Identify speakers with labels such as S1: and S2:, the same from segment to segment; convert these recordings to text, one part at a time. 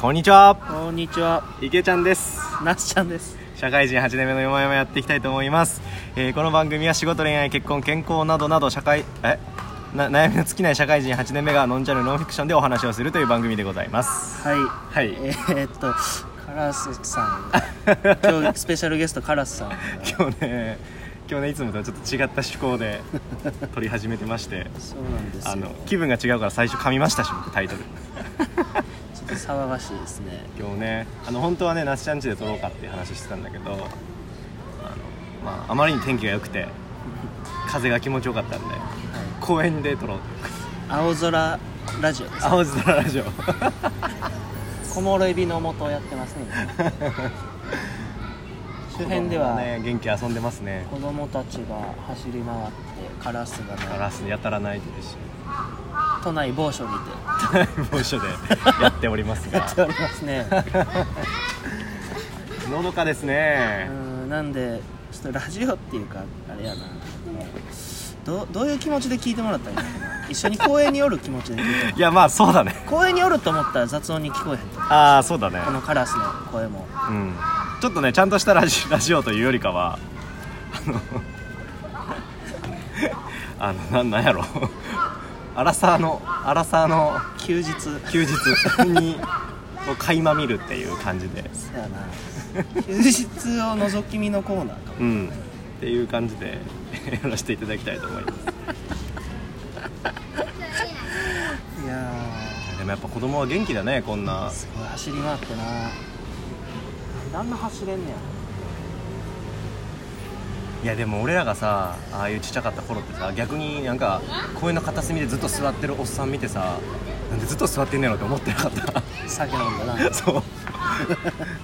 S1: こんにちは
S2: こんにちは、
S1: 池ちゃんです
S2: なっちゃんです。
S1: 社会人8年目のよまよまやっていきたいと思います、えーこの番組は仕事恋愛結婚健康などなど社会えな悩みの尽きない社会人8年目がノンジャンルノンフィクションでお話をするという番組でござい ます
S2: はい。
S1: はい
S2: えー、っと、カラスさ んが。今日、スペシャルゲスト、カラスさんが。
S1: 今日ね今日ねいつもとはちょっと違った趣向で撮り始めてまして
S2: そうなんですよ。
S1: あの気分が違うから最初噛みましたし僕タイトル
S2: ちょっと騒がしいですね。
S1: 今日ねあの本当はねなっちゃん家で撮ろうかっていう話してたんだけどあの、まあ、あまりに天気が良くて風が気持ちよかったんで
S2: はい。
S1: 公園で撮ろう
S2: 青空ラジオです。
S1: 青空ラジオ
S2: 木漏れ日の元をやってます ね。周辺では、
S1: ね元気遊んでますね
S2: 子供たちが走り回って、カラスが
S1: ガ
S2: ね、
S1: ラスやたら泣いてるし
S2: 都内某所にて。
S1: 某所でやっております
S2: や
S1: が
S2: っておりますね。
S1: のどかです
S2: う
S1: ね
S2: ん、なんで、ちょっとラジオっていうか、あれやな。どどういう気持ちで聞いてもらったらいいのかな一緒に公園におる気持ちで聞いてもらったら
S1: いやまあそうだね
S2: 公園におると思ったら雑音に聞こえへんと
S1: ああそうだね
S2: このカラスの声も
S1: うんちょっとねちゃんとしたラジラジオというよりかはあの あのなんなんやろアラサーのアラサーの
S2: 休日そ
S1: 休日にを垣間見るっていう感じで
S2: やな休日を覗き見のコーナーかも
S1: うんっていう感じで やらせていただきたいと思います
S2: いや
S1: でもやっぱ子供は元気だねこんな
S2: ーすごい走り回ってなあんな走れんねや
S1: いやでも俺らがさああいうちっちゃかった頃ってさ逆になんか公園の片隅でずっと座ってるおっさん見てさなんでずっと座ってんねやろって思ってなかった
S2: 酒飲んだな
S1: そ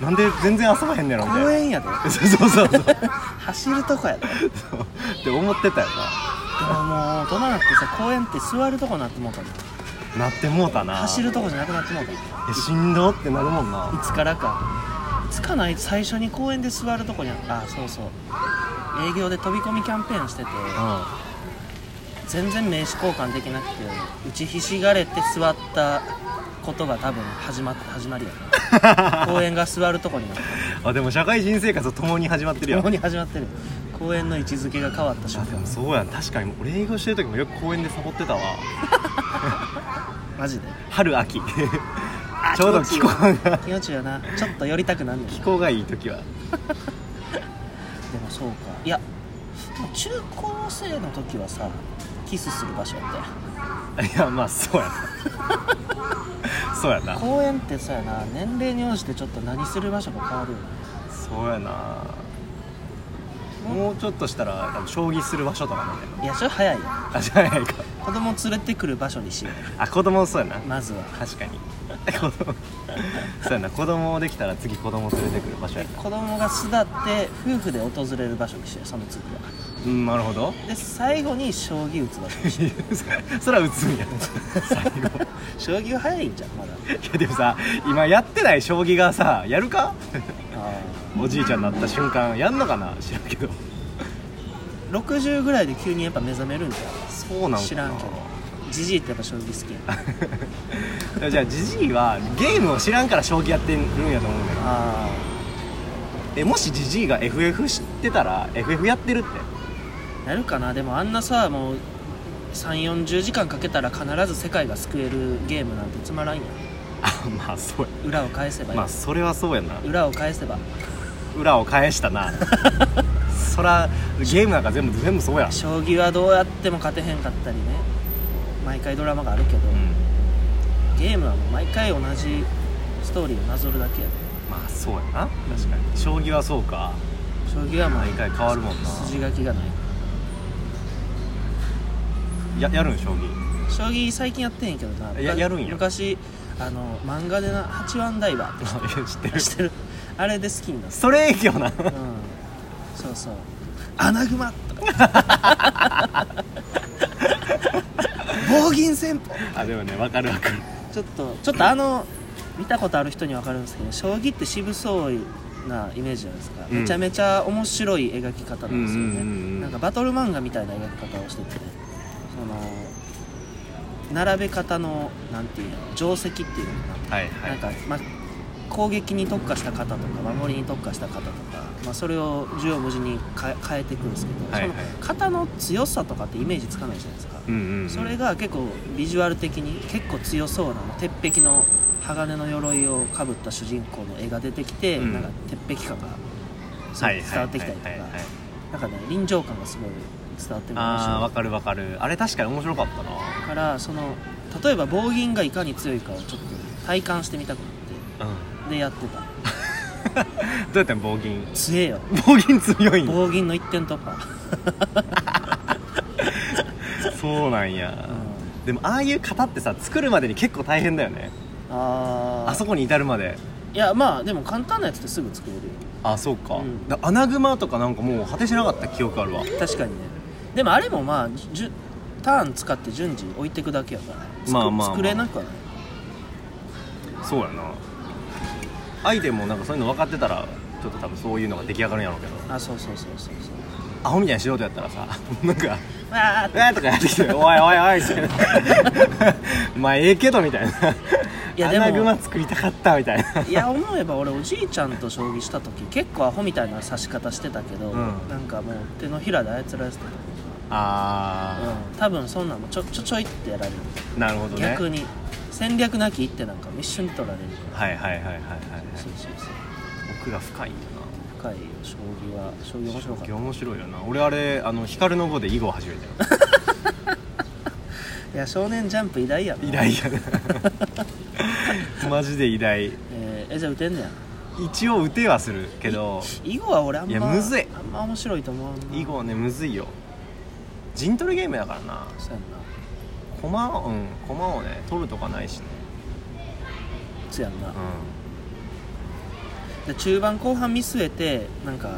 S1: うなんで全然遊ばへんねやろみたいな
S2: 公園やで
S1: そうそうそうそう
S2: 走るとこやでで
S1: そうって思ってたよ
S2: ももう大人になってさ公園って座るとこになってもうたもん
S1: ななってもうたな
S2: 走るとこじゃなくなってもうたもんい
S1: えしんどってなるもんな
S2: つからかいつかない最初に公園で座るとこにああそうそう営業で飛び込みキャンペーンして
S1: う
S2: て、全然名刺交換できなくて打ちひしがれて座ったことが多分始まった始まりやな公園が座るとこになっ
S1: んあでも社会人生活と共に始まってる
S2: た
S1: やん
S2: 共に始まってる公園の位置づけが変わった瞬
S1: あでも
S2: 間
S1: そうやん確かに俺営業してる時もよく公園でサボってたわ
S2: マジで
S1: 春 秋ちょうど気候が
S2: 気持ちいいよなちょっと寄りたくなんねんな
S1: 気候がいい時は
S2: でもそうかいやでも中高生の時はさキスする場所やったよ
S1: いやまあそうやなそうやな
S2: 公園ってさやな年齢に応じてちょっと何する場所が変わるよな
S1: そうやなもうちょっとしたら多分将棋する場所とかなんだよ
S2: いやそれ早いよ
S1: あじゃないか
S2: 子供連れてくる場所にしよ
S1: あ子供そうやな
S2: うまずは
S1: 確かに子供そうやな子供できたら次子供連れてくる場所や
S2: で
S1: な
S2: 子供が巣立って夫婦で訪れる場所にしてるその次は
S1: うんなるほど
S2: で最後に将棋打つ場所にして
S1: そら打つんや最後
S2: 将棋は早いんじゃんまだ
S1: いやでもさ今やってない将棋がさやるか
S2: あ
S1: おじいちゃんになった瞬間やんのかな知らんけど
S2: ー60ぐらいで急にやっぱ目覚めるんじ
S1: そう
S2: ゃ
S1: なんん
S2: 知
S1: からなん
S2: けどじじいってやっぱ将棋好きやんあ
S1: じゃあジジイはゲームを知らんから将棋やってるんやと思うんだよ
S2: あ
S1: えもしジジイが FF 知ってたら FF やってるって
S2: なるかなでもあんなさもう3 4 0時間かけたら必ず世界が救えるゲームなんてつまらんやん
S1: あまあそう
S2: 裏を返せば
S1: や
S2: いい、
S1: まあそれはそうやな
S2: 裏を返せば
S1: 裏を返したな そらゲームなんか全部全部そうや
S2: 将棋はどうやっても勝てへんかったりね毎回ドラマがあるけど、
S1: うん
S2: ゲームはもう毎回同じストーリーをなぞるだけやで
S1: まあそうやな確かに将棋はそうか
S2: 将棋はもう
S1: 毎回変わるもんな
S2: 筋書きがない
S1: ややるん将棋
S2: 将棋最近やってへんけどな
S1: ややるんや
S2: 昔あの漫画でな八番ダイバーって
S1: あいや知ってる
S2: 知ってるあれで好きになった
S1: それ影響な
S2: うんそうそうアナグマとか 暴銀戦法
S1: あでもねわかるわかる
S2: ちょっとちょっとあの見たことある人には分かるんですけど将棋って渋そうなイメージじゃないですか、
S1: うん
S2: めちゃめちゃ面白い描き方なん
S1: うんうんう
S2: ですよね、
S1: んうん
S2: なんかバトル漫画みたいな描き方をしててその並べ方のなんていうの定石っていうのかな,、
S1: はいは
S2: なん
S1: い
S2: か、ま、攻撃に特化した方とか守りに特化した方とか、まあ、それを縦横無尽に変え変えていくんですけど、
S1: はいはい
S2: その型の強さとかってイメージつかないじゃないですか、
S1: うんうんうん
S2: それが結構ビジュアル的に結構強そうな鉄壁の鋼の鎧をかぶった主人公の絵が出てきて、
S1: うん
S2: なんか鉄壁感がすご
S1: はい
S2: い
S1: はい
S2: 伝わってきたりとか、
S1: はいはいはい
S2: なんかね臨場感がすごい伝わってる
S1: あーわ
S2: 話
S1: かるわかるあれ確かに面白かったな
S2: だからその例えば棒銀がいかに強いかをちょっと体感してみたくなっ
S1: うん
S2: てでやってた
S1: どうやったん棒銀
S2: 強えよ
S1: 棒銀強いんや
S2: 棒銀の一点突破、
S1: そうなんや、でもああいう型ってさ作るまでに結構大変だよね
S2: あ
S1: あそこに至るまで
S2: いやまあでも簡単なやつってすぐ作れるよ
S1: あそうか,、
S2: うん
S1: だアナグマとかなんかもう果てしなかった記憶あるわ
S2: 確かにねでもあれもまあじゅターン使って順次置いていくだけやから作,、
S1: まあまあまあ
S2: 作れなくはない
S1: そうやなアイテムもなんかそういうの分かってたらちょっと多分そういうのが出来上がるんやろうけど
S2: あそうそうそうそうそう
S1: アホみたいな素人やったらさ なんか
S2: わ
S1: 「
S2: あ
S1: えーとかやってきて「おいおいおい」みたいな「まあええけど」みたいな「
S2: いや
S1: ア
S2: でも
S1: ナグマ作りたかった」みたいない
S2: や思えば俺おじいちゃんと将棋した時結構アホみたいな指し方してたけど、
S1: うん
S2: なんかもう手のひらで操られてた、
S1: あ
S2: うん、多分そんなんもちょちょちょいってやられる、
S1: ーなるほどね
S2: 逆に戦略なき一手なんかも一瞬取られるから
S1: はいはいはいはいはいはい
S2: そうそうそう
S1: 奥が深いよ
S2: 深いよ将棋は将棋
S1: な
S2: 面白かった
S1: 将棋面白いよな俺あれあの光の碁で囲碁始めたよ
S2: いや少年ジャンプ偉大やな
S1: 偉大やな マジで偉大
S2: えーえじゃあ打てんねや
S1: 一応打てはするけど
S2: 囲碁は俺あんま
S1: いやむずい
S2: あんま面白いと思うな
S1: 囲碁はねむずいよ陣取りゲームやからな
S2: そうやん
S1: 駒をうん駒をね取るとかないしね
S2: なそうやんな、
S1: う
S2: で中盤後半見据えてなんか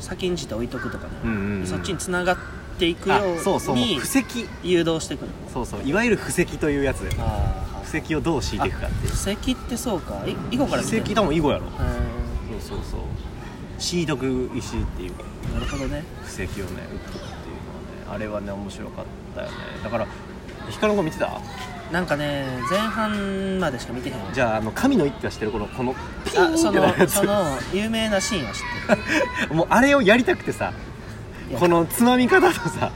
S2: 先んじて置いとくとかね、
S1: んうんうんうん
S2: そっちに繋がっていくよ
S1: あそうそう
S2: う
S1: もう
S2: に
S1: 布石
S2: 誘導してくる
S1: そうそういわゆる布石というやつだよ
S2: あ
S1: 布石をどう敷いていくかっていう
S2: 布石ってそうかい囲碁から見て
S1: 布
S2: んの
S1: 石だもん囲碁やろ
S2: う
S1: そうそうそう敷いとく石っていうか
S2: ーんなるほどね
S1: 布石をね打っとくっていうのはねあれはね面白かったよねだから光の碁見てた
S2: なんかね前半までしか見てへんわ
S1: じゃああの神の一手は知ってるこのこのピーン
S2: あそ
S1: ってなるや
S2: の
S1: つ
S2: その有名なシーンは知ってる
S1: もうあれをやりたくてさ
S2: いや
S1: このつまみ方とさ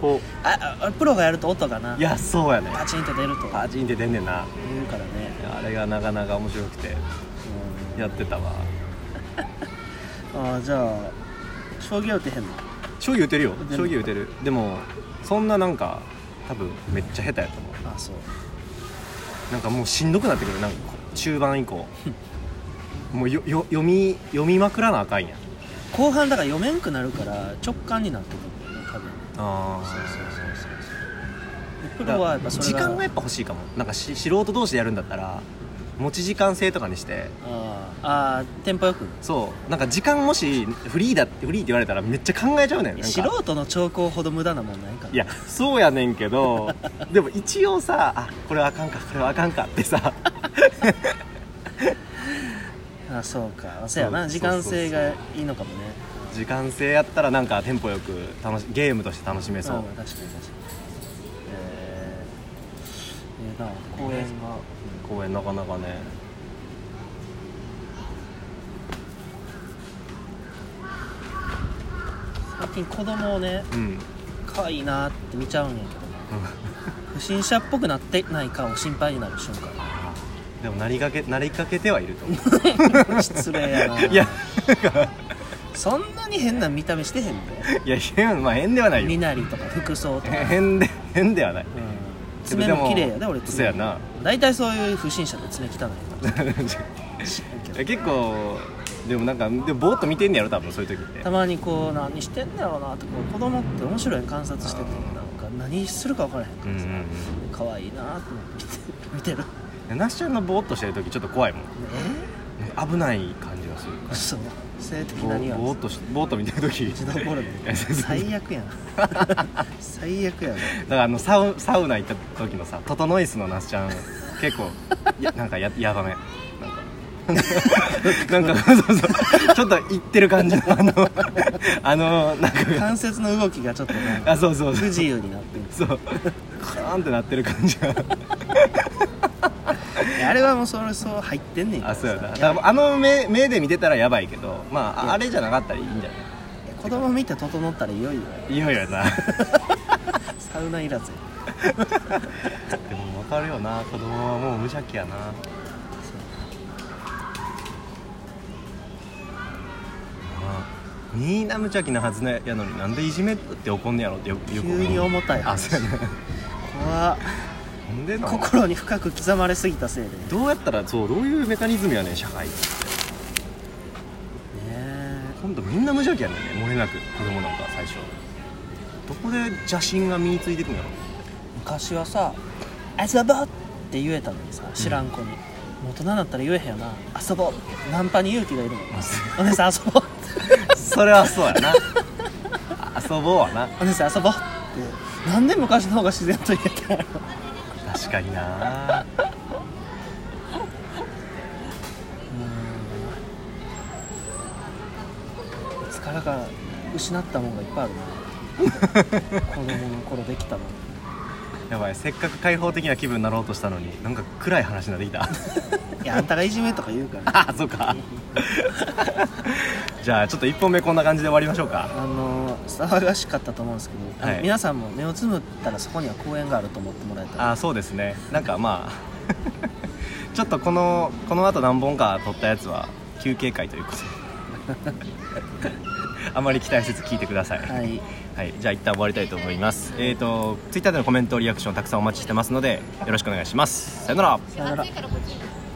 S1: こ
S2: ああプロがやると音がな
S1: ういやそうやね
S2: パチンと出ると
S1: パチンって出んねんな
S2: 言うからね
S1: あれがなかなか面白くてやってたわ
S2: うんあーじゃあ将棋は打てへんの
S1: 将棋打てるよ
S2: 打てる
S1: 将棋打てるでもそんななんか多分めっちゃ下手やと思
S2: あそう
S1: うなんかもうしんどくなってくるなんかこう中盤以 降もうよよ読み読みまくらなあかんやん
S2: 後半だから読めんくなるから直感になってくるんだよね多分
S1: あ
S2: そうそうそうそうそうでプ
S1: だ
S2: ロは
S1: か
S2: や
S1: ら
S2: っぱそれ
S1: 時
S2: が
S1: 間がやっぱ欲しいかもなんかし素人同士でやるんだったら持ち時間制とかにして
S2: あーあーテンポよく
S1: そうなんか時間もしフリーだってフリーって言われたらめっちゃ考えちゃうねんなんか
S2: 素人の兆候ほど無駄なもんないから
S1: いやそうやねんけど でも一応さあこれはあかんかこれはあかんかってさ
S2: あそうかそうや
S1: そ
S2: な
S1: う
S2: 時間性が
S1: そう
S2: いいのかもね
S1: 時間制やったらなんかテンポよく楽しゲームとして楽しめ
S2: そ
S1: そうう、
S2: ん確かに確かにえー、ええな公園が
S1: 公園なかなかね
S2: 最近子供をね
S1: うん
S2: 可愛いなって見ちゃうんやけどな不審者っぽくなってないかを心配になる瞬間
S1: でもなりかけなりかけてはいると思
S2: 失礼やな
S1: ういや
S2: そんなに変な見た目してへんで
S1: いや変,、まあ、変ではない
S2: 身
S1: よ
S2: なりとか服装とか、
S1: 変で変ではない
S2: うん、
S1: けど
S2: 爪
S1: でも
S2: も綺麗やで俺爪
S1: そうやな
S2: 大体そういう不審者って爪汚いから知らんけど
S1: え結構でもなんかでもぼーっと見てんねやろ多分そういう時って
S2: たまにこう何してんだろうなってこう子供って面白い観察してて
S1: あー
S2: なんか何するか分からへんか
S1: うんう
S2: ら
S1: ん
S2: さ、
S1: うん
S2: 可愛いなって思って見て見てる
S1: でなっちゃんのぼーっとしてる時ちょっと怖いもん
S2: え
S1: 危ない感じがする
S2: ー、嘘性的
S1: ぼ
S2: なニュアンス
S1: ーぼーっとしぼーっと見てる時
S2: 自動ボル
S1: いや
S2: で
S1: そうそう
S2: 最悪やん 最悪や
S1: だ
S2: な
S1: からあのサウサウナ行った時のさトトノイスのなすちゃん結構いやなんかややばめなんか なんかそうそうちょっと行ってる感じのあの あのなんか
S2: 関節の動きがちょっとね
S1: あそうそう
S2: 不
S1: そう
S2: 自由になってる
S1: そうカーンってなってる感じが
S2: えあれはもうそれそう入ってんねんから
S1: あそうやなだ
S2: さ
S1: からあの目目で見てたらやばいけどまあ
S2: うん
S1: ああれじゃなかったらいいんじゃ
S2: 子供見て整ったらいよいよや
S1: ないいよいよな
S2: サウナいらず や
S1: でも分かるよな子供はもう無邪気やなまあみんな無邪気なはずねやのになんでいじめって怒んねやろってよくよく思う
S2: 急に重たい
S1: あそうやな
S2: 怖っ
S1: なんでな
S2: 心に深く刻まれすぎたせいでね
S1: どうやったらそうどういうメカニズムやねん社会
S2: え
S1: 今度みんな無邪気やねんね漏れなく子供なんか最初どこで邪心が身についてくんやろ
S2: 昔はさ「遊ぼう!」って言えたのにさ知らん子に、大人になったら言えへんよな「遊ぼう!」ってナンパに勇気が いるもんお姉さん遊ぼうって
S1: それはそうやなあ遊ぼうはな
S2: お姉さん遊ぼうってなんで昔の方が自然と言えたんやろ
S1: 確かにな
S2: うーん力が失ったもんがいっぱいあ るな子供の頃できたの
S1: やばいせっかく開放的な気分になろうとしたのになんか暗い話になってきた
S2: いやあんたがいじめとか言うから
S1: あそうかじゃあちょっと1本目こんな感じで終わりましょうか
S2: あの騒がしかったと思うんですけど、あ
S1: は
S2: の
S1: い
S2: 皆さんも目をつむったらそこには公園があると思ってもらえたら
S1: あそうですねなんかまあ ちょっとこのこの後何本か撮ったやつは休憩会ということであまり期待せず聞いてください、
S2: はい、よ
S1: はい、じゃあ一旦終わりたいと思いますえっ、ー、と Twitter でのコメントリアクションたくさんお待ちしてますのでよろしくお願いしますさよなら
S2: なら
S3: 暑いからこっちに。